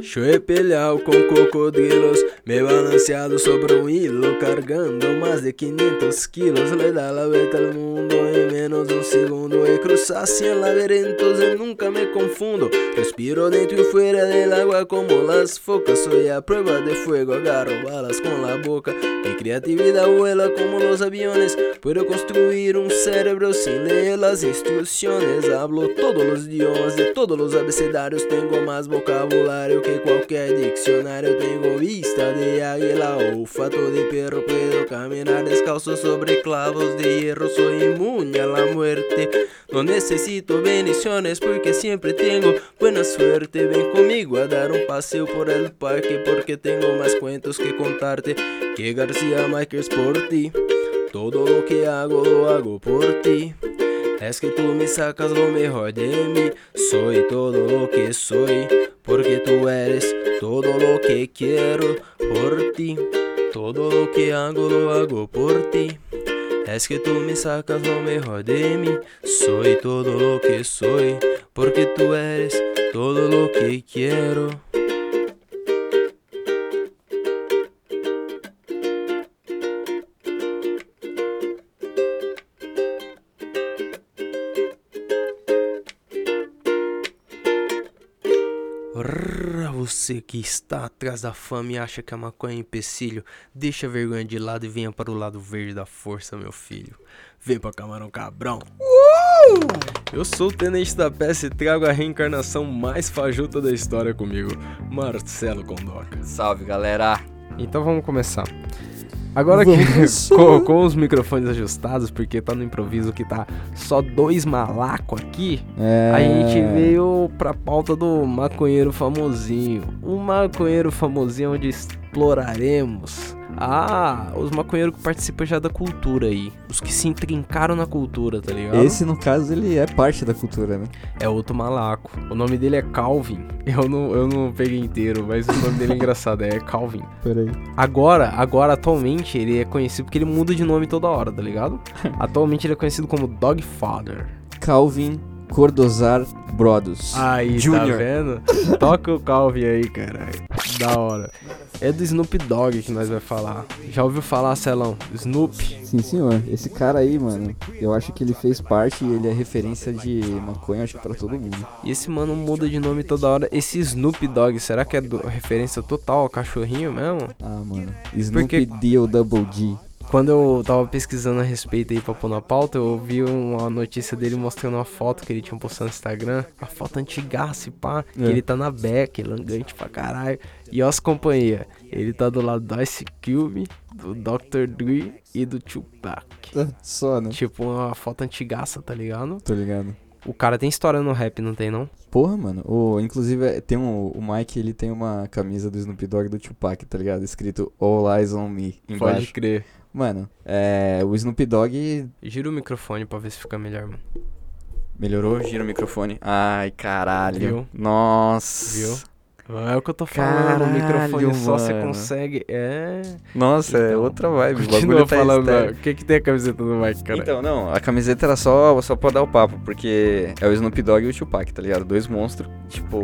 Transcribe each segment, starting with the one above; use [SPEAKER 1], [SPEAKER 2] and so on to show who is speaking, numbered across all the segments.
[SPEAKER 1] Chuepelhau con cocodrilos, me he balanceado sobre un hilo, cargando más de 500 kilos. Le da la vuelta al mundo en menos de un segundo. He cruzado 100 laberintos y nunca me confundo. Respiro dentro y fuera del agua como las focas. Soy a prueba de fuego, agarro balas con la boca. Mi creatividad vuela como los aviones. Puedo construir un cerebro sin leer las instrucciones. Hablo todos los idiomas de todos los abecedarios. Tengo más vocabulario que qualquer dicionário tenho vista de águila, olfato de perro, puedo caminar descalço sobre clavos de hierro, sou imune a la muerte. Não necessito bendiciones porque sempre tenho buena suerte. Vem comigo a dar um passeio por el parque porque tenho mais cuentos que contarte que Garcia Makers por ti. Todo lo que hago lo hago por ti. Es que tú me sacas lo mejor de mí, soy todo lo que soy, porque tú eres todo lo que quiero por ti, todo lo que hago lo hago por ti. Es que tú me sacas lo mejor de mí, soy todo lo que soy, porque tú eres todo lo que quiero. Rrr, Você que está atrás da fama e acha que a maconha é empecilho, deixa a vergonha de lado e venha para o lado verde da força, meu filho. Vem pra camarão cabrão. Eu sou o tenente da peça e trago a reencarnação mais fajuta da história comigo, Marcelo Condoca.
[SPEAKER 2] Salve, galera.
[SPEAKER 1] Então vamos começar. Agora que
[SPEAKER 2] Vamos.
[SPEAKER 1] com, com os microfones ajustados, porque tá no improviso que tá só dois malaco aqui,
[SPEAKER 2] É...
[SPEAKER 1] a gente veio pra pauta do maconheiro famosinho. O maconheiro famosinho é onde exploraremos. Ah, os maconheiros que participam já da cultura aí. Os que se intrincaram na cultura, tá ligado?
[SPEAKER 2] Esse, no caso, ele é parte da cultura, né?
[SPEAKER 1] É outro malaco. O nome dele é Calvin. Eu não, eu não peguei inteiro, mas o nome dele é engraçado, é Calvin.
[SPEAKER 2] Peraí.
[SPEAKER 1] Agora, agora, atualmente, ele é conhecido porque ele muda de nome toda hora, tá ligado? atualmente ele é conhecido como Dogfather.
[SPEAKER 2] Calvin Cordozar Brodos.
[SPEAKER 1] Aí, tá
[SPEAKER 2] Junior.
[SPEAKER 1] vendo? Toca o Calvin aí, caralho. Da hora. É do Snoop Dogg que nós vai falar. Já ouviu falar, Celão? Snoop?
[SPEAKER 3] Sim, senhor. Esse cara aí, mano, eu acho que ele fez parte e ele é referência de maconha, acho que pra todo mundo.
[SPEAKER 1] E esse mano muda de nome toda hora. Esse Snoop Dogg, será que é do- referência total ao cachorrinho mesmo?
[SPEAKER 3] Ah, mano. Snoop
[SPEAKER 1] Porque-
[SPEAKER 3] D ou Double D.
[SPEAKER 1] Quando eu tava pesquisando a respeito aí pra pôr na pauta, eu vi uma notícia dele mostrando uma foto que ele tinha postado no Instagram. Uma foto antigaça e pá. Que
[SPEAKER 2] É.
[SPEAKER 1] ele tá na beca, langante pra caralho. E ó as companhia. Ele tá do lado do Ice Cube, do Dr. Dre e do Tupac.
[SPEAKER 3] Só, né?
[SPEAKER 1] Tipo, uma foto antigaça, tá ligado?
[SPEAKER 3] Tô ligado.
[SPEAKER 1] O cara tem história no rap, não tem não?
[SPEAKER 3] Porra, mano. O, inclusive, é- tem um, o Mike, ele tem uma camisa do Snoop Dogg e do Tupac, tá ligado? Escrito All Eyes on Me embaixo.
[SPEAKER 1] crer.
[SPEAKER 3] Mano, é, o Snoop Dogg
[SPEAKER 1] Gira o microfone pra ver se fica melhor, mano.
[SPEAKER 3] melhorou, gira o microfone. Ai, caralho.
[SPEAKER 1] Viu?
[SPEAKER 3] Nossa.
[SPEAKER 1] Viu? É o que eu tô falando, o microfone
[SPEAKER 3] Caralho,
[SPEAKER 1] só você
[SPEAKER 3] mano.
[SPEAKER 1] consegue. É.
[SPEAKER 3] Nossa, é
[SPEAKER 1] Então,
[SPEAKER 3] outra vibe. O
[SPEAKER 1] Continua
[SPEAKER 3] bagulho tá
[SPEAKER 1] falando.
[SPEAKER 3] estéreo.
[SPEAKER 1] O que, que tem a camiseta do Mike, cara?
[SPEAKER 3] Então, não, a camiseta era só, só pra dar o papo, porque é o Snoop Dogg e o Tupac, tá ligado? Dois monstros, tipo,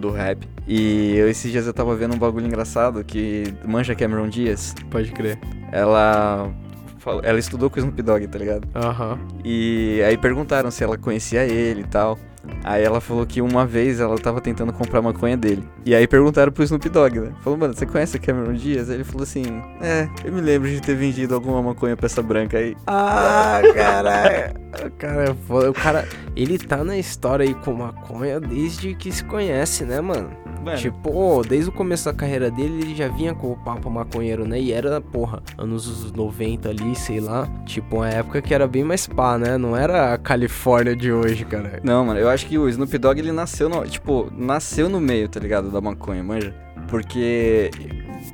[SPEAKER 3] do rap. E eu, esses dias eu tava vendo um bagulho engraçado que Manja Cameron Diaz,
[SPEAKER 1] Pode crer.
[SPEAKER 3] ela. fala- Ela estudou com o Snoop Dogg, tá ligado?
[SPEAKER 1] Aham.
[SPEAKER 3] E aí perguntaram se ela conhecia ele e tal. Aí ela falou que uma vez ela tava tentando comprar maconha dele. E aí perguntaram pro Snoop Dogg, né? Falou, mano, você conhece a Cameron Diaz? Aí ele falou assim: É, eu me lembro de ter vendido alguma maconha pra essa branca aí.
[SPEAKER 1] Ah, caralho. O cara, é foda. o cara, ele tá na história aí com maconha desde que se conhece, né, mano?
[SPEAKER 3] Mano,
[SPEAKER 1] Tipo, ô, desde o começo da carreira dele, ele já vinha com o papo maconheiro, né? E era, porra, anos 90 ali, sei lá. Tipo, uma época que era bem mais pá, né? Não era a Califórnia de hoje, cara.
[SPEAKER 3] Não, mano, eu acho que o Snoop Dogg, ele nasceu no, tipo, nasceu no meio, tá ligado, da maconha, manja? Porque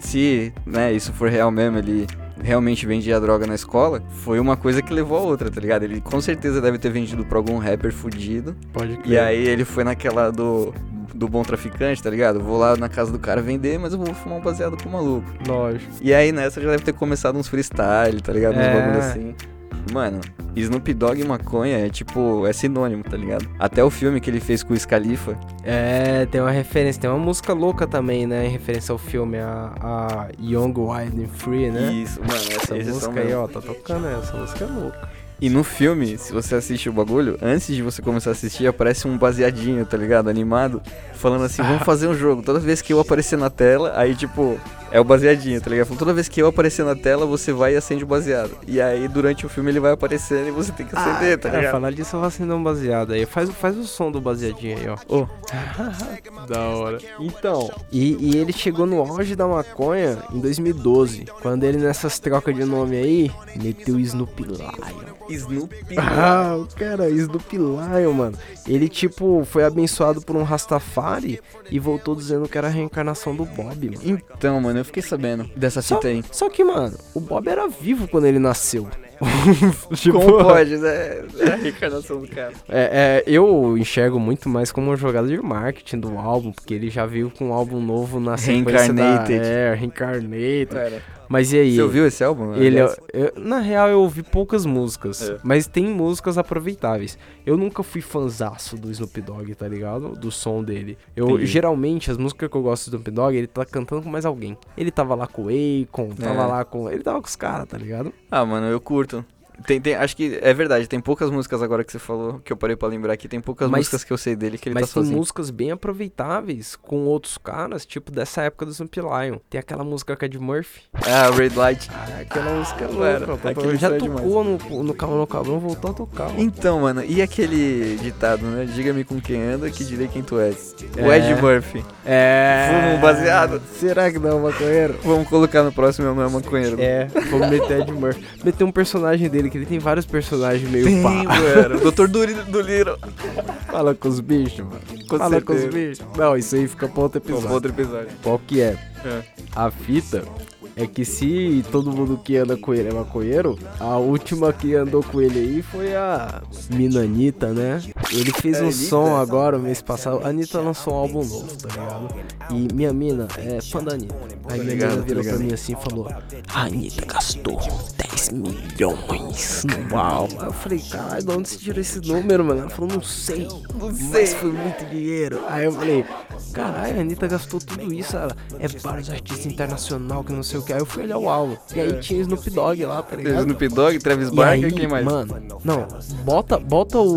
[SPEAKER 3] se, né, isso for real mesmo, ele realmente vendia droga na escola, foi uma coisa que levou a outra, tá ligado? Ele com certeza deve ter vendido pra algum rapper fudido,
[SPEAKER 1] Pode
[SPEAKER 3] e aí ele foi naquela do, do bom traficante, tá ligado? Vou lá na casa do cara vender, mas eu vou fumar um baseado com o maluco.
[SPEAKER 1] lógico.
[SPEAKER 3] E aí nessa já deve ter começado uns freestyle, tá ligado? Uns
[SPEAKER 1] É.
[SPEAKER 3] bagulho assim. Mano, Snoop Dogg e maconha é tipo, é sinônimo, tá ligado? Até o filme que ele fez com o Scalifa.
[SPEAKER 1] É, tem uma referência, tem uma música louca também, né? Em referência ao filme, a, a Young, Wild and Free, né?
[SPEAKER 3] Isso, mano,
[SPEAKER 1] Essa
[SPEAKER 3] esses são
[SPEAKER 1] música aí,
[SPEAKER 3] mesmo.
[SPEAKER 1] ó, tá tocando, né? essa música é louca.
[SPEAKER 3] E no filme, se você assiste o bagulho, antes de você começar a assistir, aparece um baseadinho, tá ligado? Animado, falando assim,
[SPEAKER 1] Ah.
[SPEAKER 3] vamos fazer um jogo. Toda vez que eu aparecer na tela, aí tipo, é o baseadinho, tá ligado? Falando, Toda vez que eu aparecer na tela, você vai e acende o baseado. E aí, durante o filme, ele vai aparecendo e você tem que acender, tá
[SPEAKER 1] Ah, Cara,
[SPEAKER 3] ligado?
[SPEAKER 1] falar disso, eu vou acender um baseado aí. Faz, faz o som do baseadinho aí, ó.
[SPEAKER 3] Ô,
[SPEAKER 1] Da hora. Então, e, e ele chegou no auge da maconha em 2012, quando ele nessas trocas de nome aí, meteu Snoop Lion.
[SPEAKER 3] Snoopy.
[SPEAKER 1] Ah, o cara, Snoop Lion, mano. Ele, tipo, foi abençoado por um Rastafari e voltou dizendo que era a reencarnação do Bob, mano.
[SPEAKER 3] Então, mano, eu fiquei sabendo dessa
[SPEAKER 1] Só,
[SPEAKER 3] fita aí.
[SPEAKER 1] só que, mano, o Bob era vivo quando ele nasceu. tipo,
[SPEAKER 3] Como pode, né? É a reencarnação do cara.
[SPEAKER 1] É, é, eu enxergo muito mais como uma jogada de marketing do álbum, porque ele já veio com um álbum novo na sequência
[SPEAKER 3] Reincarnated.
[SPEAKER 1] da... É, Reincarnated.
[SPEAKER 3] Cara,
[SPEAKER 1] Mas e aí?
[SPEAKER 3] Você ouviu esse álbum?
[SPEAKER 1] Ele, é
[SPEAKER 3] aliás?
[SPEAKER 1] eu- na real, eu ouvi poucas músicas,
[SPEAKER 3] É.
[SPEAKER 1] mas tem músicas aproveitáveis. Eu nunca fui fanzaço do Snoop Dogg, tá ligado? Do som dele. Eu,
[SPEAKER 3] Entendi.
[SPEAKER 1] geralmente, as músicas que eu gosto do Snoop Dogg, ele tá cantando com mais alguém. Ele tava lá com o Akon, tava
[SPEAKER 3] É.
[SPEAKER 1] lá com... Ele tava com os caras, tá ligado?
[SPEAKER 3] Ah, mano, eu curto. Tem, tem, acho que é verdade, tem poucas músicas agora que você falou, que eu parei pra lembrar aqui, tem poucas
[SPEAKER 1] Mas-
[SPEAKER 3] músicas que eu sei dele que ele
[SPEAKER 1] Mas
[SPEAKER 3] tá
[SPEAKER 1] tem
[SPEAKER 3] sozinho.
[SPEAKER 1] músicas bem aproveitáveis com outros caras, tipo dessa época do Snoop Lion. Tem aquela música com a de Murphy.
[SPEAKER 3] Ah, Red Light.
[SPEAKER 1] Ah, aquela música é
[SPEAKER 3] Cara,
[SPEAKER 1] louca. pô,
[SPEAKER 3] aquele
[SPEAKER 1] já
[SPEAKER 3] show é demais.
[SPEAKER 1] tocou no, no Calma no Cabrão, voltou a tocar. mano.
[SPEAKER 3] Então, mano, e aquele ditado, né? Diga-me com quem anda que direi quem tu és. O
[SPEAKER 1] É.
[SPEAKER 3] Ed Murphy.
[SPEAKER 1] É.
[SPEAKER 3] Fuma um baseado.
[SPEAKER 1] Será que não, é maconheiro?
[SPEAKER 3] Vamos colocar no próximo Eu Não É Maconheiro.
[SPEAKER 1] É, vou meter Ed Murphy. Meter um personagem dele, que ele tem vários personagens meio
[SPEAKER 3] Tem,
[SPEAKER 1] pá.
[SPEAKER 3] mano. Dr. Duri do Liro.
[SPEAKER 1] Fala com os bichos, mano.
[SPEAKER 3] Com
[SPEAKER 1] Fala com os
[SPEAKER 3] certeza.
[SPEAKER 1] bichos. Não, isso aí fica pra outro
[SPEAKER 3] Vamos
[SPEAKER 1] episódio.
[SPEAKER 3] pra outro episódio.
[SPEAKER 1] Qual que é?
[SPEAKER 3] É.
[SPEAKER 1] A fita é que se todo mundo que anda com ele é maconheiro, a última que andou com ele aí foi a Mina Anitta, né? Ele fez um
[SPEAKER 3] É, Anitta?
[SPEAKER 1] som agora, mês passado. A Anitta lançou um álbum novo, tá ligado? E minha mina é fã da Anitta. Aí minha
[SPEAKER 3] ligado,
[SPEAKER 1] mina
[SPEAKER 3] tô
[SPEAKER 1] virou pra
[SPEAKER 3] ligado.
[SPEAKER 1] mim assim e falou: A Anitta gastou 10 milhões no álbum. Aí eu falei: Caralho, de onde você tirou esse número, mano? Ela falou: Não sei. Não sei. Mas foi muito dinheiro. Aí eu falei: Caralho, a Anitta gastou tudo isso. Ela é vários artistas internacional que não sei o que. Aí eu fui olhar o álbum. E aí tinha Snoop Dogg lá, tá ligado?
[SPEAKER 3] Snoop Dogg, Travis
[SPEAKER 1] E aí,
[SPEAKER 3] Barker, quem mais?
[SPEAKER 1] mano, não, bota, bota o,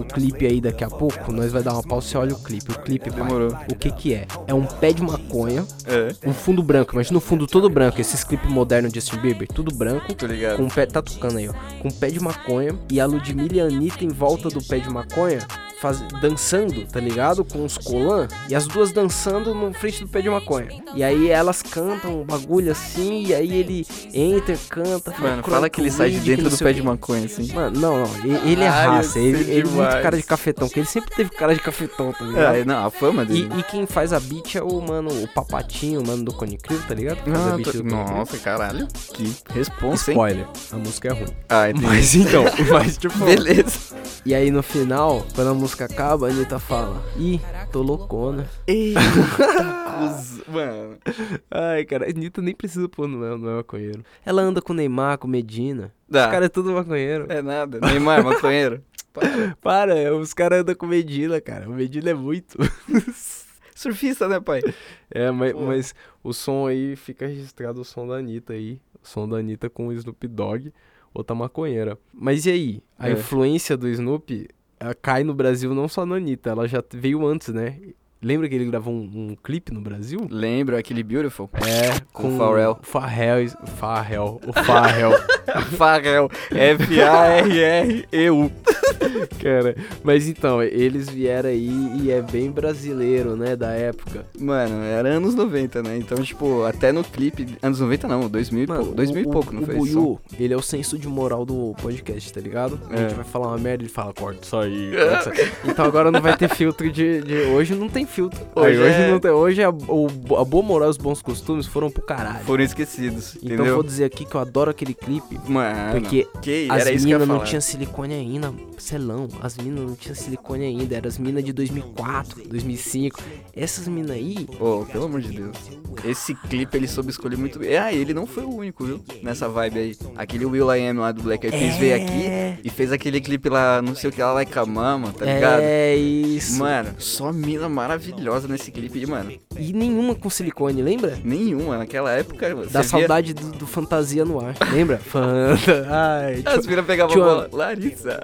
[SPEAKER 1] o clipe aí daqui a pouco, nós vai dar uma pausa, você olha o clipe, o clipe, pai,
[SPEAKER 3] Demorou.
[SPEAKER 1] o que que é? É um pé de maconha,
[SPEAKER 3] É,
[SPEAKER 1] um fundo branco, mas no fundo todo branco, esses clipes modernos de Justin Bieber, tudo branco,
[SPEAKER 3] tô ligado.
[SPEAKER 1] com o pé, tá tocando aí, ó, com o pé de maconha, e a Ludmilla e a Anitta em volta do pé de maconha, faz, dançando, tá ligado? Com os colã, e as duas dançando no frente do pé de maconha. E aí elas cantam um bagulho assim, e aí ele entra, canta,
[SPEAKER 3] Mano, fala que ele sai de
[SPEAKER 1] Reed,
[SPEAKER 3] dentro
[SPEAKER 1] que
[SPEAKER 3] do
[SPEAKER 1] não sei
[SPEAKER 3] pé
[SPEAKER 1] o
[SPEAKER 3] de
[SPEAKER 1] quê.
[SPEAKER 3] maconha, assim.
[SPEAKER 1] Mano, não, não, e- ele é
[SPEAKER 3] Ai, eu
[SPEAKER 1] raça,
[SPEAKER 3] sei
[SPEAKER 1] ele, ele é muito
[SPEAKER 3] demais.
[SPEAKER 1] cara de cafetão, porque ele sempre teve cara de cafetão, tá ligado?
[SPEAKER 3] É, não, a fama
[SPEAKER 1] E,
[SPEAKER 3] dele. né?
[SPEAKER 1] e quem faz a beat é o mano, o papatinho, o mano do Cone Crew, tá ligado? Que faz a
[SPEAKER 3] Ah,
[SPEAKER 1] beat
[SPEAKER 3] tô-
[SPEAKER 1] do Cone Crew.
[SPEAKER 3] Nossa, caralho. Que responsa, hein?
[SPEAKER 1] Spoiler, a música é ruim.
[SPEAKER 3] Ah, entendi. Mas então, mas tipo. Beleza.
[SPEAKER 1] E aí no final, quando a música acaba, a Anitta fala: Ih, tô loucona.
[SPEAKER 3] Eita, cuz- mano.
[SPEAKER 1] Ai, cara, a Anitta nem precisa pôr no meu, no maconheiro. Ela anda com o Neymar, com o Medina.
[SPEAKER 3] Dá.
[SPEAKER 1] Os caras é tudo maconheiro.
[SPEAKER 3] É nada. Neymar, maconheiro. Para.
[SPEAKER 1] Para, os caras andam com o Medina, cara. O Medina é muito.
[SPEAKER 3] Surfista, né, pai?
[SPEAKER 1] É, mas,
[SPEAKER 3] Pô.
[SPEAKER 1] mas o som aí fica registrado o som da Anitta aí. O som da Anitta com o Snoop Dogg, outra maconheira. Mas e aí? A
[SPEAKER 3] É.
[SPEAKER 1] influência do Snoop ela cai no Brasil não só na Anitta, ela já t- veio antes, né? Lembra que ele gravou um, um clipe no Brasil?
[SPEAKER 3] Lembra aquele Beautiful?
[SPEAKER 1] É,
[SPEAKER 3] com o Pharrell.
[SPEAKER 1] Pharrell, Pharrell, o Pharrell,
[SPEAKER 3] Farrell. F-A-R-R-E-U.
[SPEAKER 1] cara. Mas então, eles vieram aí e é bem brasileiro, né, da época.
[SPEAKER 3] Mano, era anos 90, né? Então, tipo, até no clipe. Anos 90 não, 2000 e pouco. 2000 e pouco, não
[SPEAKER 1] o
[SPEAKER 3] foi isso?
[SPEAKER 1] Buiú, ele é o senso de moral do podcast, tá ligado? A
[SPEAKER 3] É.
[SPEAKER 1] gente vai falar uma merda, ele fala, corta isso aí, corta isso aí. Então agora não vai ter filtro de, de- Hoje não tem filtro.
[SPEAKER 3] Hoje
[SPEAKER 1] Aí, hoje
[SPEAKER 3] é-
[SPEAKER 1] não tem. Hoje a, o- a boa moral e os bons costumes foram pro caralho.
[SPEAKER 3] Foram esquecidos,
[SPEAKER 1] Então
[SPEAKER 3] entendeu?
[SPEAKER 1] vou dizer aqui que eu adoro aquele clipe,
[SPEAKER 3] Mano,
[SPEAKER 1] porque
[SPEAKER 3] que
[SPEAKER 1] as
[SPEAKER 3] era isso que eu ia
[SPEAKER 1] meninas não
[SPEAKER 3] falar.
[SPEAKER 1] tinham silicone ainda. Você é melão. As minas não tinham silicone ainda, eram as minas de 2004, 2005. Essas minas aí,
[SPEAKER 3] Ô, pelo amor de Deus. Esse clipe ele soube escolher muito bem. Ah, ele não foi o único, viu? Nessa vibe aí. Aquele Will I Am lá do Black Eyed Peas veio
[SPEAKER 1] é,
[SPEAKER 3] aqui e fez aquele clipe lá, não sei o que lá, Like a Mama, tá ligado?
[SPEAKER 1] é isso.
[SPEAKER 3] Mano, só mina maravilhosa nesse clipe, e, mano.
[SPEAKER 1] E nenhuma com silicone, lembra?
[SPEAKER 3] Nenhuma, naquela época. você
[SPEAKER 1] Da
[SPEAKER 3] via-
[SPEAKER 1] saudade do, do fantasia no ar, lembra? Fanta. Ai,
[SPEAKER 3] As minas pegavam a
[SPEAKER 1] Tchau.
[SPEAKER 3] bola. Larissa.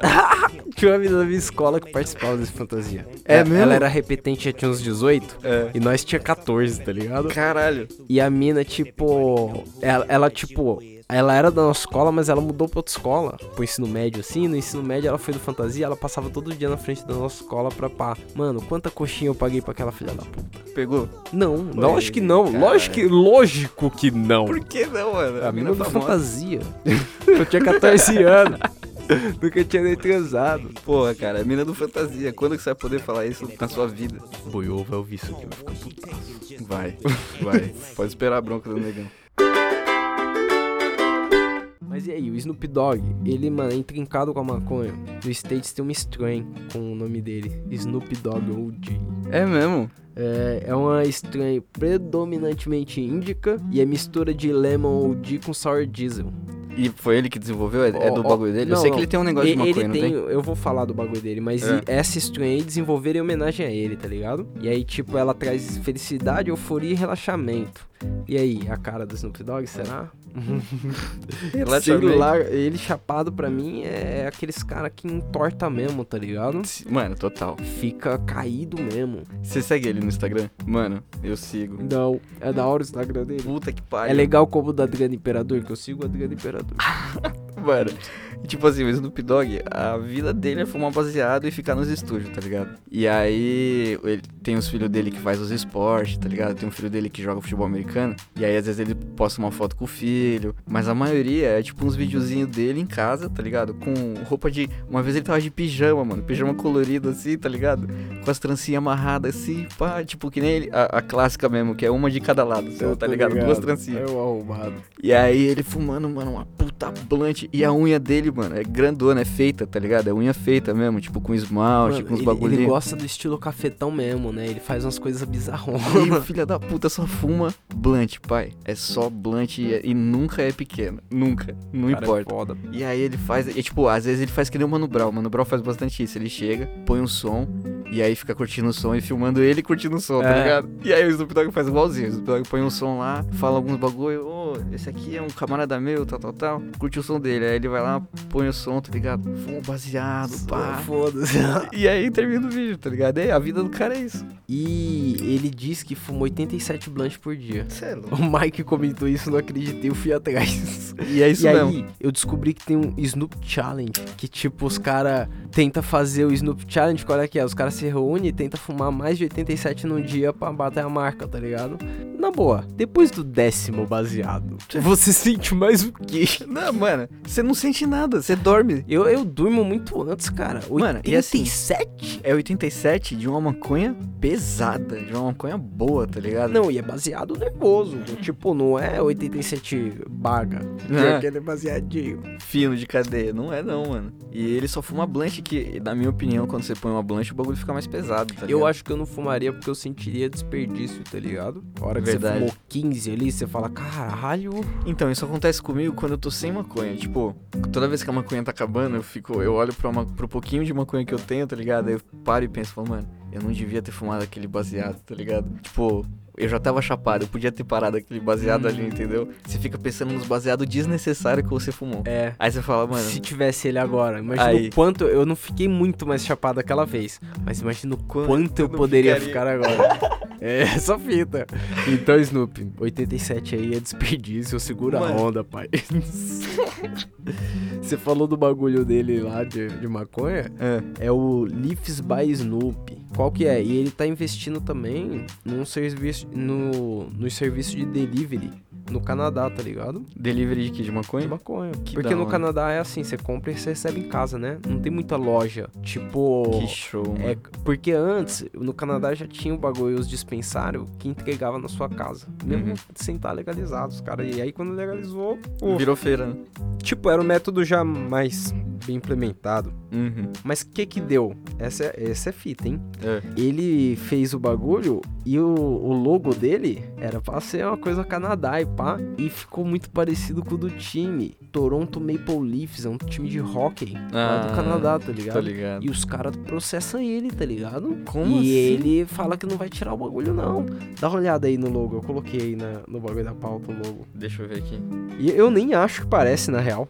[SPEAKER 1] Tinha uma menina da minha escola que participava desse fantasia.
[SPEAKER 3] É
[SPEAKER 1] Ela-
[SPEAKER 3] mesmo?
[SPEAKER 1] Ela era repetente, já tinha uns 18.
[SPEAKER 3] É.
[SPEAKER 1] E nós tinha 14, tá ligado?
[SPEAKER 3] Caralho.
[SPEAKER 1] E a mina, tipo. Ela, ela, tipo. Ela era da nossa escola, mas ela mudou pra outra escola. Pro ensino médio, assim. No ensino médio, ela foi do fantasia. Ela passava todo dia na frente da nossa escola pra pá. Mano, quanta coxinha eu paguei pra aquela filha da puta?
[SPEAKER 3] Pegou?
[SPEAKER 1] Não, lógico que não.
[SPEAKER 3] cara.
[SPEAKER 1] Lógico que, lógico que não.
[SPEAKER 3] Por que não, mano?
[SPEAKER 1] A mina do
[SPEAKER 3] famosa.
[SPEAKER 1] fantasia. eu tinha 14 anos. Nunca tinha nem transado.
[SPEAKER 3] Porra, cara, a mina do fantasia. Quando que você vai poder falar isso na sua vida?
[SPEAKER 1] Boiou, vai ouvir isso aqui, vai ficar puta.
[SPEAKER 3] Vai, vai. Pode esperar a bronca do negão.
[SPEAKER 1] Mas e aí, o Snoop Dogg, ele, mano, é intrincado com a maconha. No States tem uma strain com o nome dele, Snoop Dogg OG.
[SPEAKER 3] É mesmo?
[SPEAKER 1] É, é uma strain predominantemente índica e é mistura de Lemon OG com Sour Diesel.
[SPEAKER 3] E foi ele que desenvolveu? É, é do
[SPEAKER 1] Ó, ó,
[SPEAKER 3] bagulho dele?
[SPEAKER 1] não,
[SPEAKER 3] eu sei
[SPEAKER 1] não.
[SPEAKER 3] que ele tem um negócio de
[SPEAKER 1] E- ele
[SPEAKER 3] maconha, não tem?
[SPEAKER 1] Eu vou falar do bagulho dele, mas
[SPEAKER 3] É.
[SPEAKER 1] e- essa strain aí desenvolveram em homenagem a ele, tá ligado? E aí, tipo, ela traz felicidade, euforia e relaxamento. E aí, a cara do Snoop Dogg, será?
[SPEAKER 3] Relaxamento.
[SPEAKER 1] Celular, ele chapado pra mim é aqueles cara que entorta mesmo, tá ligado?
[SPEAKER 3] Mano, total.
[SPEAKER 1] Fica caído mesmo.
[SPEAKER 3] Você segue ele no Instagram? Mano, eu sigo.
[SPEAKER 1] Não, é da hora o Instagram dele.
[SPEAKER 3] Puta que pariu.
[SPEAKER 1] É legal como o da Adriana Imperador, que eu sigo o Adriano Imperador.
[SPEAKER 3] Ah, Mano, tipo assim, o Snoop Dogg, a vida dele é fumar baseado e ficar nos estúdios, tá ligado? E aí, ele tem os filhos dele que faz os esportes, tá ligado? Tem um filho dele que joga futebol americano. E aí, às vezes, ele posta uma foto com o filho. Mas a maioria é tipo uns videozinhos dele em casa, tá ligado? Com roupa de. Uma vez ele tava de pijama, mano. Pijama colorido assim, tá ligado? Com as trancinhas amarradas assim, pá. Tipo que nem ele- a, a clássica mesmo, que é uma de cada lado, só, tá ligado? Duas trancinhas.
[SPEAKER 1] É o arrumado.
[SPEAKER 3] E aí ele fumando, mano, uma puta blunt. E a unha dele, mano, é grandona, é feita, tá ligado? É unha feita mesmo, tipo com esmalte,
[SPEAKER 1] Mano,
[SPEAKER 3] com uns
[SPEAKER 1] ele, ele
[SPEAKER 3] bagulhinhos.
[SPEAKER 1] gosta do estilo cafetão mesmo, né? Ele faz umas coisas
[SPEAKER 3] E o
[SPEAKER 1] bizarronas.
[SPEAKER 3] filho da puta só fuma blunt, pai. É só blunt e, e nunca é pequeno. Nunca. Não
[SPEAKER 1] Cara, é
[SPEAKER 3] importa.
[SPEAKER 1] foda.
[SPEAKER 3] E aí ele faz, e tipo, às vezes ele faz que nem o Mano Brown. O Mano Brown faz bastante isso. Ele chega, põe um som, e aí fica curtindo o som e filmando ele curtindo o som, tá
[SPEAKER 1] É.
[SPEAKER 3] ligado? E aí o Snoop Dogg faz igualzinho. O Snoop Dogg põe um som lá, fala alguns bagulho, ô, esse aqui é um camarada meu, tal, tal, tal. Curte o som dele. Aí ele vai lá, põe o som, tá ligado? Fumo baseado, pá.
[SPEAKER 1] Foda-se.
[SPEAKER 3] E aí termina o vídeo, tá ligado? É, a vida do cara é isso.
[SPEAKER 1] E ele diz que fuma 87 blunts por dia.
[SPEAKER 3] Cê é louco.
[SPEAKER 1] O Mike comentou isso, não acreditei, eu fui atrás.
[SPEAKER 3] E é isso
[SPEAKER 1] e
[SPEAKER 3] mesmo.
[SPEAKER 1] aí, eu descobri que tem um Snoop Challenge, que tipo, os cara tenta fazer o Snoop Challenge, qual é que é? Os caras se reúnem e tenta fumar mais de 87 num dia pra bater a marca, tá ligado? Na boa, depois do décimo baseado, você sente mais o quê?
[SPEAKER 3] Não, mano, você não sente nada, você dorme.
[SPEAKER 1] Eu, eu durmo muito antes, cara.
[SPEAKER 3] Mano, e assim-
[SPEAKER 1] 87?
[SPEAKER 3] É 87 de uma maconha pesada, de uma maconha boa, tá ligado?
[SPEAKER 1] Não, e é baseado nervoso. Tipo, não é 87 baga.
[SPEAKER 3] Não
[SPEAKER 1] É
[SPEAKER 3] é?
[SPEAKER 1] aquele baseadinho. tá
[SPEAKER 3] Fino de cadeia, não é não, mano. E ele só fuma blanche que, na minha opinião, quando você põe uma blanche, o bagulho fica mais pesado, tá
[SPEAKER 1] Eu
[SPEAKER 3] ligado?
[SPEAKER 1] acho que eu não fumaria porque eu sentiria desperdício, tá ligado? A hora que
[SPEAKER 3] Verdade.
[SPEAKER 1] você fumou 15 ali, você fala, caralho.
[SPEAKER 3] Então, isso acontece comigo quando eu tô sem maconha. Tipo, toda vez que a maconha tá acabando, eu fico, eu olho pra uma, pro pouquinho de maconha que eu tenho, tá ligado? Aí eu paro e penso, falo, mano, eu não devia ter fumado aquele baseado, tá ligado? Tipo, eu já tava chapado, eu podia ter parado aquele baseado ali,
[SPEAKER 1] Hum.
[SPEAKER 3] entendeu? Você fica pensando nos baseados desnecessários que você fumou.
[SPEAKER 1] É.
[SPEAKER 3] Aí você fala, mano,
[SPEAKER 1] Se tivesse ele agora, imagina
[SPEAKER 3] Aí.
[SPEAKER 1] o quanto. Eu não fiquei muito mais chapado aquela vez, mas imagina o quanto, eu
[SPEAKER 3] eu não
[SPEAKER 1] poderia
[SPEAKER 3] ficaria.
[SPEAKER 1] ficar agora. é essa fita. Então, Snoop, 87 aí é desperdício, segura a
[SPEAKER 3] Mano.
[SPEAKER 1] onda, pai. você falou do bagulho dele lá de, de maconha?
[SPEAKER 3] é,
[SPEAKER 1] É o Leafs by Snoop. Qual que é? E ele tá investindo também num serviço, no, no serviço de delivery no Canadá, tá ligado?
[SPEAKER 3] delivery de que? De maconha?
[SPEAKER 1] De maconha.
[SPEAKER 3] Que
[SPEAKER 1] Porque
[SPEAKER 3] da
[SPEAKER 1] no
[SPEAKER 3] hora.
[SPEAKER 1] Canadá é assim, você compra e você recebe em casa, né? Não tem muita loja. Tipo.
[SPEAKER 3] Que show, mano.
[SPEAKER 1] é, porque antes, no Canadá já tinha o bagulho, os dispensários que entregava na sua casa. Mesmo
[SPEAKER 3] Uhum.
[SPEAKER 1] sem tá estar legalizados, cara. E aí quando legalizou, o-
[SPEAKER 3] Virou feira, né?
[SPEAKER 1] Tipo, era um método já mais bem implementado.
[SPEAKER 3] Uhum.
[SPEAKER 1] Mas o que que deu? Essa é, essa é fita, hein?
[SPEAKER 3] É.
[SPEAKER 1] Ele fez o bagulho e o, o logo dele era pra ser uma coisa Canadá e pá. E ficou muito parecido com o do time. Toronto Maple Leafs, é um time de hockey lá do
[SPEAKER 3] Ah,
[SPEAKER 1] Canadá, tá ligado?
[SPEAKER 3] Tô ligado.
[SPEAKER 1] E os caras processam ele, tá ligado?
[SPEAKER 3] Como
[SPEAKER 1] e
[SPEAKER 3] assim?
[SPEAKER 1] ele fala que não vai tirar o bagulho, não. Dá uma olhada aí no logo, eu coloquei aí na- no bagulho da pauta o logo.
[SPEAKER 3] Deixa eu ver aqui.
[SPEAKER 1] E eu nem acho que parece, na real.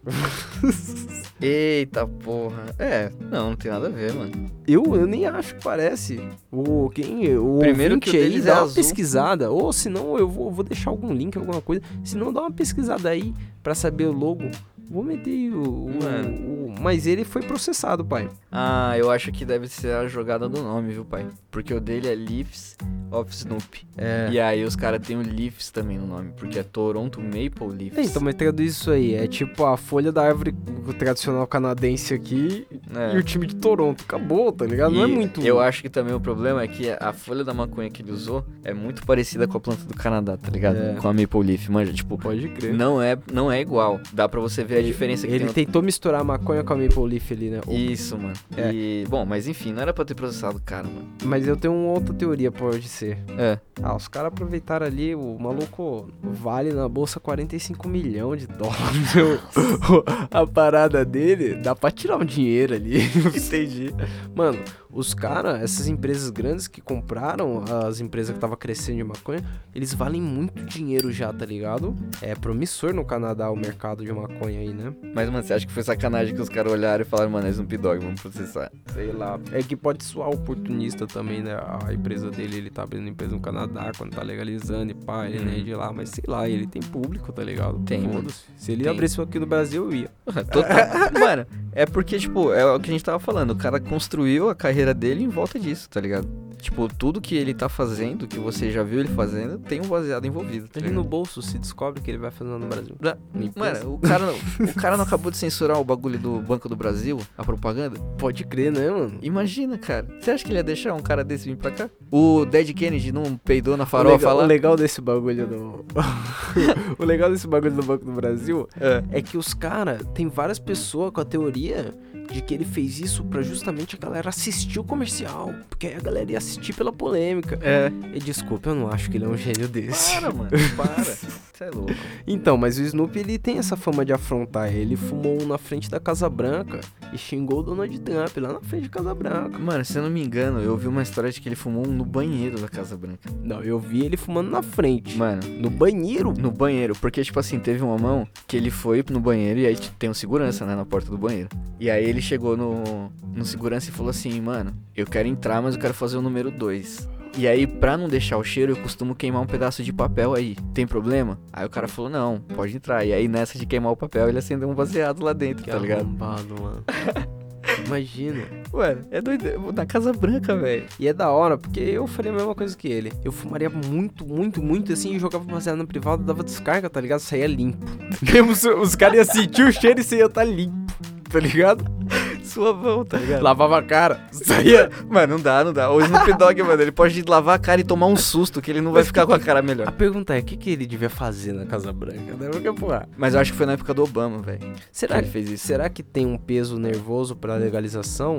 [SPEAKER 3] Eita porra. É, não, não tem nada a ver, mano.
[SPEAKER 1] Eu, eu nem acho que parece. O, quem, o
[SPEAKER 3] Primeiro
[SPEAKER 1] ouvinte
[SPEAKER 3] que o
[SPEAKER 1] aí
[SPEAKER 3] deles
[SPEAKER 1] dá
[SPEAKER 3] é
[SPEAKER 1] uma
[SPEAKER 3] azul.
[SPEAKER 1] pesquisada. Ou se não, eu vou, vou deixar algum link, alguma coisa. Se não, dá uma pesquisada aí pra saber o logo. Vou meter aí o, o-
[SPEAKER 3] Mano.
[SPEAKER 1] o- Mas ele foi processado, pai.
[SPEAKER 3] Ah, eu acho que deve ser a jogada do nome, viu, pai? Porque o dele é Leafs of Snoopy.
[SPEAKER 1] É.
[SPEAKER 3] E aí os caras têm o Leafs também no nome, porque é Toronto Maple Leafs.
[SPEAKER 1] Então, mas traduz isso aí. É tipo a folha da árvore tradicional canadense aqui
[SPEAKER 3] É.
[SPEAKER 1] e o time de Toronto. Acabou, tá ligado? não é
[SPEAKER 3] E
[SPEAKER 1] muito.
[SPEAKER 3] Eu acho que também o problema é que a folha da maconha que ele usou é muito parecida com a planta do Canadá, tá ligado?
[SPEAKER 1] É.
[SPEAKER 3] Com a Maple Leaf, manja, tipo,
[SPEAKER 1] Pode crer.
[SPEAKER 3] não é, não é igual. Dá pra você ver a diferença que
[SPEAKER 1] Ele
[SPEAKER 3] tem. um
[SPEAKER 1] tentou misturar a maconha com a Maple Leaf ali, né?
[SPEAKER 3] Isso, mano.
[SPEAKER 1] É.
[SPEAKER 3] E, bom, mas enfim, não era pra ter processado o cara, mano.
[SPEAKER 1] Mas eu tenho uma outra teoria, pode ser.
[SPEAKER 3] É.
[SPEAKER 1] Ah, os caras aproveitaram ali, o maluco vale na bolsa 45 milhões de dólares. a parada dele dá pra tirar um dinheiro ali. Entendi. Mano, os caras, essas empresas grandes que compraram as empresas que tava crescendo de maconha, eles valem muito dinheiro já, tá ligado? É promissor no Canadá o mercado de maconha aí, né?
[SPEAKER 3] Mas, mano, você acha que foi sacanagem que os caras olharam e falaram, mano, é Snoop Dogg, vamos processar.
[SPEAKER 1] Sei lá. É que pode soar oportunista também, né? A empresa dele, ele tá abrindo empresa no Canadá, quando tá legalizando e pá, ele
[SPEAKER 3] Uhum.
[SPEAKER 1] nem é de lá, mas sei lá, ele tem público, tá ligado?
[SPEAKER 3] Tem, mano.
[SPEAKER 1] Foda-se. Se ele
[SPEAKER 3] Tem.
[SPEAKER 1] abrisse aqui no Brasil, eu ia.
[SPEAKER 3] Total. mano, é porque, tipo, é o que a gente tava falando. O cara construiu a carreira dele em volta disso, tá ligado? Tipo, tudo que ele tá fazendo, que você já viu ele fazendo, tem um baseado envolvido. Tá
[SPEAKER 1] Ele
[SPEAKER 3] ligado?
[SPEAKER 1] no bolso se descobre que ele vai fazer lá no Brasil.
[SPEAKER 3] Mano, o cara, não- o cara não acabou de censurar o bagulho do Banco do Brasil, a propaganda?
[SPEAKER 1] pode crer, né, mano?
[SPEAKER 3] Imagina, cara. Você acha que ele ia deixar um cara desse vir pra cá? O Dead Kennedy não peidou na
[SPEAKER 1] o
[SPEAKER 3] farofa
[SPEAKER 1] legal,
[SPEAKER 3] lá?
[SPEAKER 1] o legal desse bagulho do. o legal desse bagulho do Banco do Brasil
[SPEAKER 3] É.
[SPEAKER 1] é que os caras. Tem várias pessoas com a teoria de que ele fez isso pra justamente a galera assistir o comercial. Porque aí a galera ia assistir pela polêmica.
[SPEAKER 3] É.
[SPEAKER 1] E desculpa, eu não acho que ele é um gênio desse.
[SPEAKER 3] Para, mano. Para. Você é louco.
[SPEAKER 1] Então, mas o Snoopy ele tem essa fama de afrontar. Ele fumou um na frente da Casa Branca e xingou o Donald Trump lá na frente da Casa Branca.
[SPEAKER 3] Mano, se eu não me engano, eu vi uma história de que ele fumou um no banheiro da Casa Branca.
[SPEAKER 1] Não, eu vi ele fumando na frente.
[SPEAKER 3] Mano,
[SPEAKER 1] No banheiro.
[SPEAKER 3] no banheiro, porque, tipo assim, teve uma mão que ele foi no banheiro e aí tipo, tem um segurança, né, na porta do banheiro. E aí ele chegou no, no segurança e falou assim, mano, eu quero entrar, mas eu quero fazer o número 2. E aí, pra não deixar o cheiro, eu costumo queimar um pedaço de papel aí. Tem problema? Aí o cara falou, não, pode entrar. E aí, nessa de queimar o papel, ele acendeu um baseado lá dentro,
[SPEAKER 1] Que
[SPEAKER 3] tá ligado?
[SPEAKER 1] arrombado, mano. Imagina.
[SPEAKER 3] Ué, é doido. Na Casa Branca, velho.
[SPEAKER 1] E é da hora, porque eu faria a mesma coisa que ele. Eu fumaria muito, muito, muito assim e jogava baseado no privado, dava descarga, tá ligado? Saía limpo. Mesmo se- os caras iam sentir o cheiro e você ia estar limpo, tá ligado?
[SPEAKER 3] Suavão, tá ligado? é,
[SPEAKER 1] Lavava a cara, saía.
[SPEAKER 3] Mano, não dá, não dá. O Snoop Dogg, mano, ele pode lavar a cara e tomar um susto, que ele não vai ficar com a cara melhor.
[SPEAKER 1] A pergunta é, o que, que ele devia fazer na Casa Branca? Né? Porque, porra,
[SPEAKER 3] Mas eu acho que foi na época do Obama, velho. Que
[SPEAKER 1] será,
[SPEAKER 3] ele fez isso.
[SPEAKER 1] será que tem um peso nervoso pra legalização?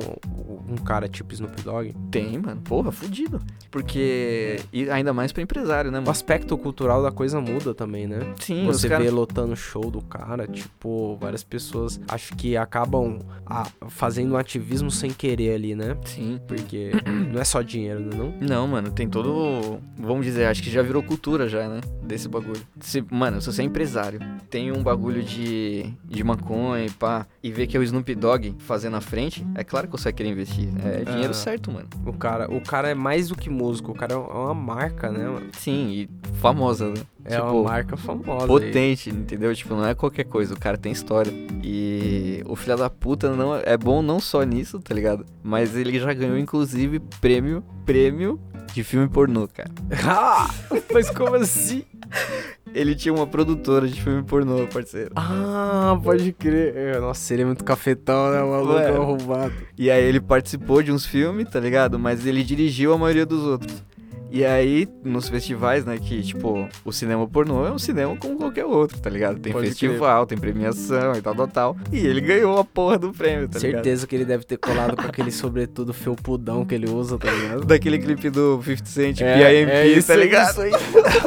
[SPEAKER 1] Um cara tipo Snoop Dogg?
[SPEAKER 3] Tem, mano. Porra, fudido. Porque. E ainda mais pra empresário, né,
[SPEAKER 1] O
[SPEAKER 3] mano?
[SPEAKER 1] aspecto cultural da coisa muda também, né?
[SPEAKER 3] Sim,
[SPEAKER 1] Você
[SPEAKER 3] os cara-
[SPEAKER 1] vê lotando o show do cara, tipo, várias pessoas acho que acabam ah, fazendo ativismo sem querer ali, né?
[SPEAKER 3] Sim.
[SPEAKER 1] Porque não é só dinheiro, né? Não?
[SPEAKER 3] Não, mano, tem todo. Vamos dizer, acho que já virou cultura já, né? Desse bagulho. Se, mano, se você é empresário, tem um bagulho de, de maconha e pá, e vê que é o Snoop Dogg fazendo na frente, é claro que você vai querer investir. É dinheiro
[SPEAKER 1] Ah.
[SPEAKER 3] certo, mano.
[SPEAKER 1] O cara, o cara é mais do que músico, o cara é uma marca, né? mano?
[SPEAKER 3] Sim, e famosa, né?
[SPEAKER 1] É uma marca famosa. aí.
[SPEAKER 3] potente, entendeu? Tipo, não é qualquer coisa, o cara tem história. E o filho da puta não é bom não só nisso, tá ligado? Mas ele já ganhou inclusive prêmio, prêmio de filme pornô, cara.
[SPEAKER 1] Ah, mas como assim?
[SPEAKER 3] Ele tinha uma produtora de filme pornô, parceiro.
[SPEAKER 1] Ah, pode crer. É, Nossa, ele é muito cafetão, né? O maluco
[SPEAKER 3] Ué.
[SPEAKER 1] é arrombado.
[SPEAKER 3] tá E aí ele participou de uns filmes, tá ligado? Mas ele dirigiu a maioria dos outros. E aí, nos festivais, né, que, tipo, o cinema pornô é um cinema como qualquer outro, tá ligado? Tem
[SPEAKER 1] Pode
[SPEAKER 3] festival, tem premiação e tal, tal, tal. E ele ganhou a porra do prêmio, tá ligado?
[SPEAKER 1] Certeza que ele deve ter colado com aquele sobretudo felpudão que ele usa, tá ligado?
[SPEAKER 3] Daquele clipe do 50 Cent,
[SPEAKER 1] É,
[SPEAKER 3] PIMP,
[SPEAKER 1] é isso
[SPEAKER 3] tá
[SPEAKER 1] aí,
[SPEAKER 3] ligado?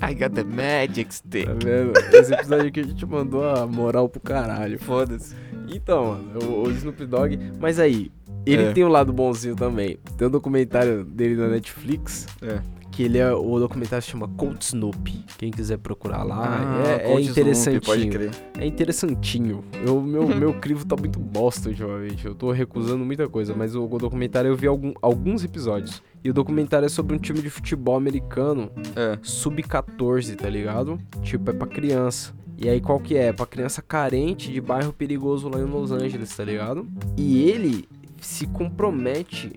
[SPEAKER 3] I got the magic stick.
[SPEAKER 1] Tá vendo? Esse episódio aqui a gente mandou a moral pro caralho.
[SPEAKER 3] Foda-se.
[SPEAKER 1] Então, mano, o, o Snoop Dogg. Mas aí, ele
[SPEAKER 3] É.
[SPEAKER 1] tem um lado bonzinho também. Tem um documentário dele na Netflix.
[SPEAKER 3] É.
[SPEAKER 1] Que ele é. O documentário se chama Cold Snoop. Quem quiser procurar lá, é- é,
[SPEAKER 3] Coach Snoop, Ah, Pode
[SPEAKER 1] interessantinho.
[SPEAKER 3] crer.
[SPEAKER 1] É interessantinho. Eu, meu, meu crivo tá muito bosta ultimamente. Eu tô recusando muita coisa, mas o documentário eu vi algum- alguns episódios. E o documentário é sobre um time de futebol americano
[SPEAKER 3] É.
[SPEAKER 1] sub-14, tá ligado? Tipo, é pra criança. E aí, qual que é? É pra criança carente de bairro perigoso lá em Los Angeles, tá ligado? E ele se compromete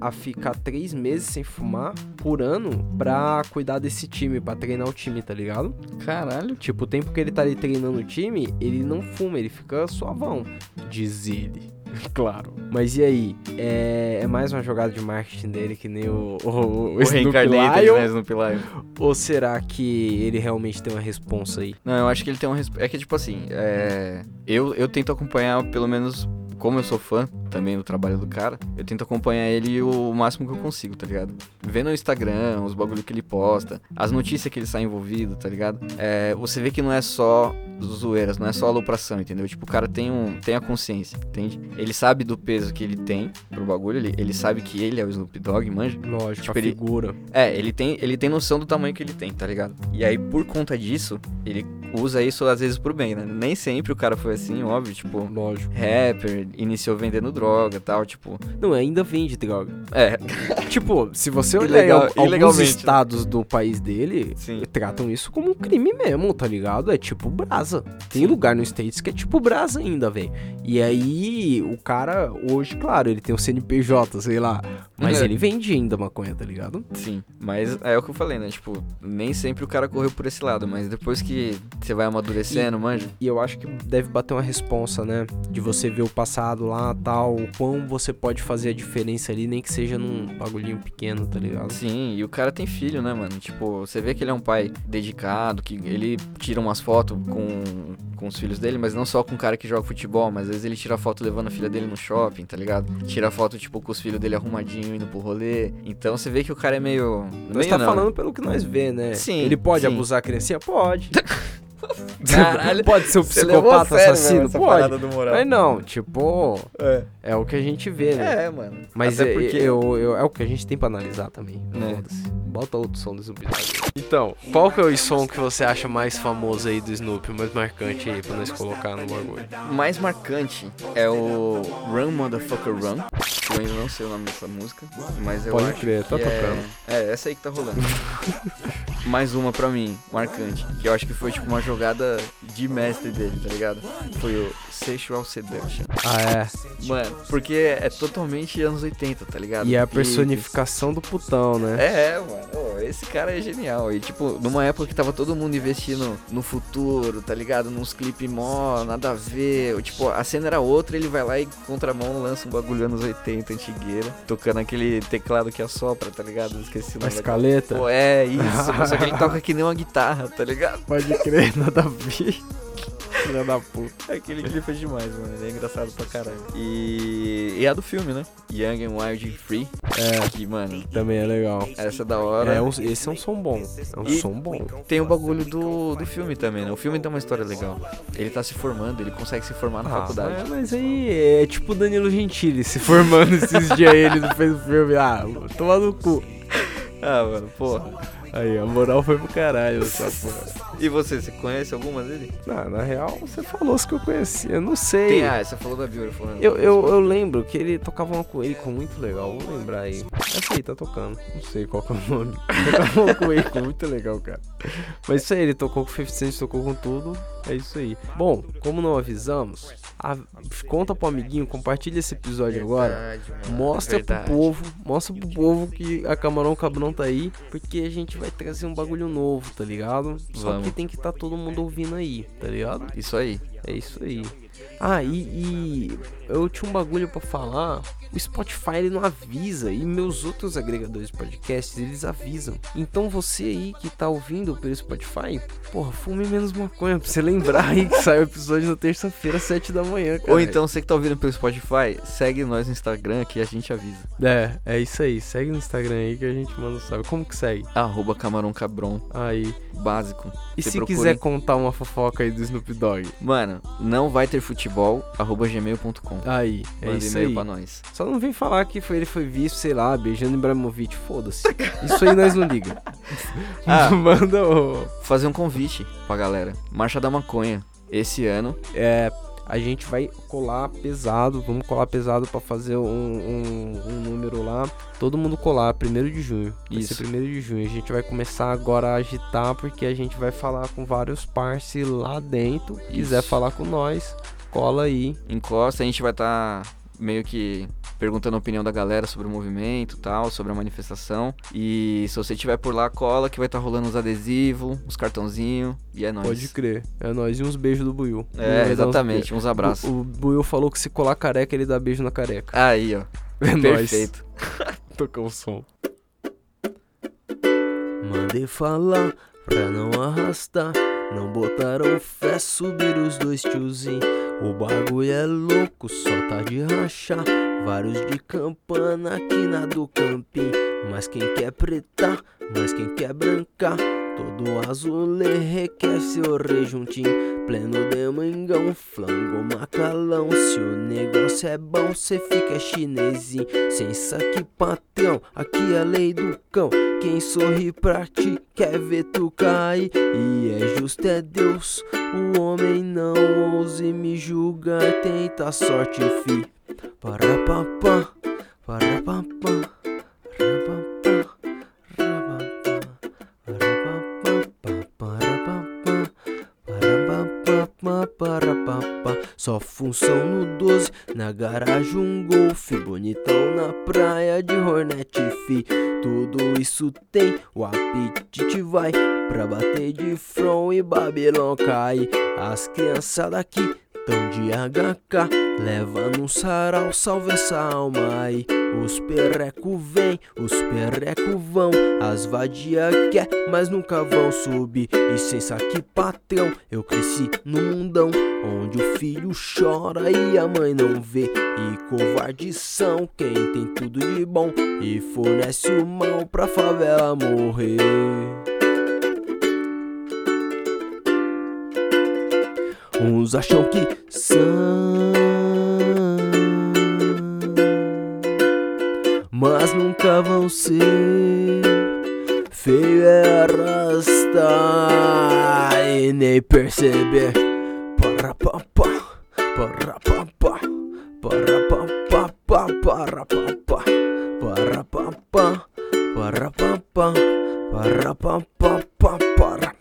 [SPEAKER 1] a ficar três meses sem fumar por ano pra cuidar desse time, pra treinar o time, tá ligado?
[SPEAKER 3] Caralho.
[SPEAKER 1] Tipo, o tempo que ele tá ali treinando o time, ele não fuma, ele fica suavão. Diz ele. Claro. Mas e aí? É, é mais uma jogada de marketing dele que nem o, o, o, tá
[SPEAKER 3] O
[SPEAKER 1] Snoop
[SPEAKER 3] Reincarnator,
[SPEAKER 1] Lion?
[SPEAKER 3] né, Snoop Lion.
[SPEAKER 1] Ou será que ele realmente tem uma responsa aí?
[SPEAKER 3] Não, eu acho que ele tem um respeito. É que, tipo assim, é... eu, eu tento acompanhar, pelo menos como eu sou fã também do trabalho do cara, eu tento acompanhar ele o máximo que eu consigo, tá ligado? Vendo o Instagram, os bagulho que ele posta, as notícias que ele sai envolvido, tá ligado? É, você vê que não é só zoeiras, não é só alopração, entendeu? Tipo, o cara tem, um, tem a consciência, entende? Ele sabe do peso que ele tem pro bagulho, ele, ele sabe que ele é o Snoop Dogg, manja.
[SPEAKER 1] Lógico,
[SPEAKER 3] Tipo,
[SPEAKER 1] a
[SPEAKER 3] ele-
[SPEAKER 1] figura.
[SPEAKER 3] É, ele tem, ele tem noção do tamanho que ele tem, tá ligado? E aí, por conta disso, ele usa isso às vezes pro bem, né? Nem sempre o cara foi assim, óbvio, tipo,
[SPEAKER 1] Lógico.
[SPEAKER 3] rapper, iniciou vendendo droga e tal, tipo.
[SPEAKER 1] Não, ainda vende droga.
[SPEAKER 3] É,
[SPEAKER 1] tipo, se você olhar
[SPEAKER 3] Ilegal-
[SPEAKER 1] al- alguns
[SPEAKER 3] ilegalmente, né?
[SPEAKER 1] estados do país dele,
[SPEAKER 3] sim.
[SPEAKER 1] tratam isso como um crime mesmo, tá ligado? É tipo brasa. Tem lugar nos States que é tipo brasa ainda, velho. E aí, o cara, hoje, claro, ele tem um o CNPJ, sei lá. Mas
[SPEAKER 3] É.
[SPEAKER 1] ele vende ainda maconha, tá ligado?
[SPEAKER 3] Sim, mas é o que eu falei, né? Tipo, nem sempre o cara correu por esse lado, mas depois que você vai amadurecendo, manja.
[SPEAKER 1] E eu acho que deve bater uma responsa, né? De você ver o passado lá, tal, o quão você pode fazer a diferença ali, nem que seja num bagulhinho pequeno, tá ligado?
[SPEAKER 3] Sim, e o cara tem filho, né, mano? Tipo, você vê que ele é um pai dedicado, que ele tira umas fotos com, com os filhos dele, mas não só com o cara que joga futebol, mas às vezes ele tira foto levando a filha dele no shopping, tá ligado? Tira foto, tipo, com os filhos dele arrumadinho, indo pro rolê. Então você vê que o cara é meio.
[SPEAKER 1] Nós
[SPEAKER 3] meio
[SPEAKER 1] tá
[SPEAKER 3] não,
[SPEAKER 1] falando pelo que nós vê, né?
[SPEAKER 3] Sim,
[SPEAKER 1] Ele pode
[SPEAKER 3] sim.
[SPEAKER 1] abusar a criancinha? Pode.
[SPEAKER 3] Caralho.
[SPEAKER 1] pode ser um
[SPEAKER 3] né? Você levou a
[SPEAKER 1] psicopata
[SPEAKER 3] sério,
[SPEAKER 1] assassino?
[SPEAKER 3] mesmo essa
[SPEAKER 1] Pode.
[SPEAKER 3] parada do moral.
[SPEAKER 1] Mas não, tipo,
[SPEAKER 3] É.
[SPEAKER 1] é o que a gente vê, né?
[SPEAKER 3] É, mano.
[SPEAKER 1] Mas
[SPEAKER 3] Até
[SPEAKER 1] é,
[SPEAKER 3] porque-
[SPEAKER 1] eu, eu- é o que a gente tem pra analisar também.
[SPEAKER 3] Né.
[SPEAKER 1] Foda-se. Bota outro som do Snoop Dogg. Então, qual que é o som que você acha mais famoso aí do Snoop, mais marcante aí, pra nós colocar no bagulho?
[SPEAKER 3] O mais marcante é o Run Motherfucker Run. Eu ainda não sei o nome dessa música, mas eu
[SPEAKER 1] Pode
[SPEAKER 3] acho
[SPEAKER 1] crer, tá
[SPEAKER 3] que
[SPEAKER 1] tocando.
[SPEAKER 3] É... é, essa aí que tá rolando. mais uma pra mim, marcante, que eu acho que foi tipo uma jogada de mestre dele, tá ligado? Foi o Sexual Seduction.
[SPEAKER 1] Ah,
[SPEAKER 3] Mano, porque é totalmente anos 80, tá
[SPEAKER 1] é.
[SPEAKER 3] ligado?
[SPEAKER 1] E é a
[SPEAKER 3] Clipes.
[SPEAKER 1] personificação do putão, né?
[SPEAKER 3] É, é, mano. Ô, esse cara é genial. E, tipo, numa época que tava todo mundo investindo no futuro, tá ligado? Nos clipes mó, nada a ver. Ou, Tipo, a cena era outra, ele vai lá e contramão lança um bagulho anos 80, antigueira. Tocando aquele teclado que assopra, tá ligado? Eu
[SPEAKER 1] A
[SPEAKER 3] Esqueci o nome. daquele-
[SPEAKER 1] escaleta.
[SPEAKER 3] Pô, é isso. Só que ele toca que nem uma guitarra, tá ligado?
[SPEAKER 1] Pode crer, nada a ver. Filha da puta.
[SPEAKER 3] Aquele clipe é demais, mano. Ele é engraçado pra caralho. E... e a do filme, né? Young and Wild and Free. É. Que, mano,
[SPEAKER 1] Também é legal.
[SPEAKER 3] essa é da hora.
[SPEAKER 1] É um- esse é um som bom. É um
[SPEAKER 3] E-
[SPEAKER 1] som bom.
[SPEAKER 3] Tem o bagulho do, do filme também, né? O filme tem uma história legal. Ele tá se formando, ele consegue se formar na
[SPEAKER 1] Ah,
[SPEAKER 3] faculdade.
[SPEAKER 1] mas aí é tipo Danilo Gentili se formando esses dias aí, ele não fez o filme. Ah, toma no cu.
[SPEAKER 3] Ah, mano, porra.
[SPEAKER 1] Aí, a moral foi pro caralho essa porra.
[SPEAKER 3] E você, você conhece algumas dele?
[SPEAKER 1] Não, na real, você falou as que eu conhecia. Eu não sei.
[SPEAKER 3] Tem, ah, você falou da Beautiful, né?
[SPEAKER 1] Eu, eu, eu lembro que ele tocava uma coelho muito legal. Vou lembrar aí. Essa aí tá tocando. Não sei qual que é o nome. Tocava uma coelho muito legal, cara. Mas isso aí, ele tocou com 50 Cent, tocou com tudo. É isso aí. Bom, como não avisamos, a- conta pro amiguinho, compartilha esse episódio agora.
[SPEAKER 3] Verdade, mano, é
[SPEAKER 1] Mostra
[SPEAKER 3] verdade.
[SPEAKER 1] pro povo, mostra pro povo que a Camarão Cabrão tá aí, porque a gente vai trazer um bagulho novo, tá ligado? Só
[SPEAKER 3] Vamos.
[SPEAKER 1] que tem que tá todo mundo ouvindo aí, tá ligado?
[SPEAKER 3] Isso aí.
[SPEAKER 1] É isso aí. Ah, e, e eu tinha um bagulho pra falar. O Spotify ele não avisa e meus outros agregadores de podcasts eles avisam. Então você aí que tá ouvindo pelo Spotify, porra, fume menos maconha pra você lembrar aí que sai o episódio na terça-feira, às 7 da manhã, cara.
[SPEAKER 3] Ou então, você que tá ouvindo pelo Spotify, segue nós no Instagram que a gente avisa.
[SPEAKER 1] É, é isso aí. Segue no Instagram aí que a gente manda um salve. Como que segue?
[SPEAKER 3] Arroba Camarão Cabron,
[SPEAKER 1] Aí.
[SPEAKER 3] básico.
[SPEAKER 1] E
[SPEAKER 3] Você
[SPEAKER 1] se
[SPEAKER 3] procura,
[SPEAKER 1] quiser
[SPEAKER 3] hein?
[SPEAKER 1] contar uma fofoca aí do Snoop Dogg?
[SPEAKER 3] Mano, não vai ter futebol, arroba gmail.com.
[SPEAKER 1] Aí, é
[SPEAKER 3] Manda
[SPEAKER 1] isso
[SPEAKER 3] e-mail
[SPEAKER 1] aí.
[SPEAKER 3] pra nós.
[SPEAKER 1] Só não vem falar que foi, ele foi visto, sei lá, beijando Ibrahimovic, foda-se. Isso aí nós não liga.
[SPEAKER 3] Ah.
[SPEAKER 1] Manda o...
[SPEAKER 3] Fazer um convite pra galera. Marcha da Maconha. Esse ano,
[SPEAKER 1] É, a gente vai colar pesado, vamos colar pesado pra fazer um, um- um número lá. Todo mundo colar, 1 de junho. Vai
[SPEAKER 3] Isso.
[SPEAKER 1] ser 1 de junho. A gente vai começar agora a agitar, porque a gente vai falar com vários parceiros lá dentro. Quiser
[SPEAKER 3] Isso.
[SPEAKER 1] falar com nós, cola aí.
[SPEAKER 3] encosta, a gente vai estar meio que perguntando a opinião da galera sobre o movimento e tal, sobre a manifestação. E se você tiver por lá, cola que vai estar rolando uns adesivos, uns cartãozinhos. E é nóis.
[SPEAKER 1] Pode crer. É nós e uns beijos do Buiu. Ele vai dar
[SPEAKER 3] É,
[SPEAKER 1] uns
[SPEAKER 3] exatamente. Uns
[SPEAKER 1] be-
[SPEAKER 3] abraços.
[SPEAKER 1] O, o Buiu falou que se colar careca, ele dá beijo na careca.
[SPEAKER 3] Aí, ó.
[SPEAKER 1] É nóis.
[SPEAKER 3] Perfeito.
[SPEAKER 1] Tocou o som. Mandei falar pra não arrastar. Não botaram fé, subir os dois tiozinhos. O bagulho é louco, só tá de rachar. Vários de campana aqui na do campim. Mas quem quer pretar, mas quem quer brancar. Todo azulê requer seu rejuntinho. Pleno domingão, flango macalão. Se o negócio é bom, cê fica chinesinho. Sem saque patrão, aqui é a lei do cão. Quem sorri pra ti quer ver tu cair. E é justo é Deus, o homem não ouse me julgar. Tenta a sorte, fi. Para papá, para papá, para papá, para papá, para papá, para papá. Parapapá, parapapá. Só função no 12, na garagem um golfe Bonitão na praia de Hornet, fi Tudo isso tem, o apetite vai Pra bater de front e Babilão cai As criançada aqui tão de HK Leva num um sarau, salve essa alma aí Os perreco vem, os perreco vão As vadia quer, mas nunca vão subir E sem saque patrão, eu cresci no mundão Onde o filho chora e a mãe não vê E covardes são quem tem tudo de bom E fornece o mal pra favela morrer Uns acham que são Mas nunca vão ser Feio é arrastar e nem perceber. Para pá pá, para pá pá, para pá pá pá, para pá pá, para pá pá, para pá pá, para pá pá pá, para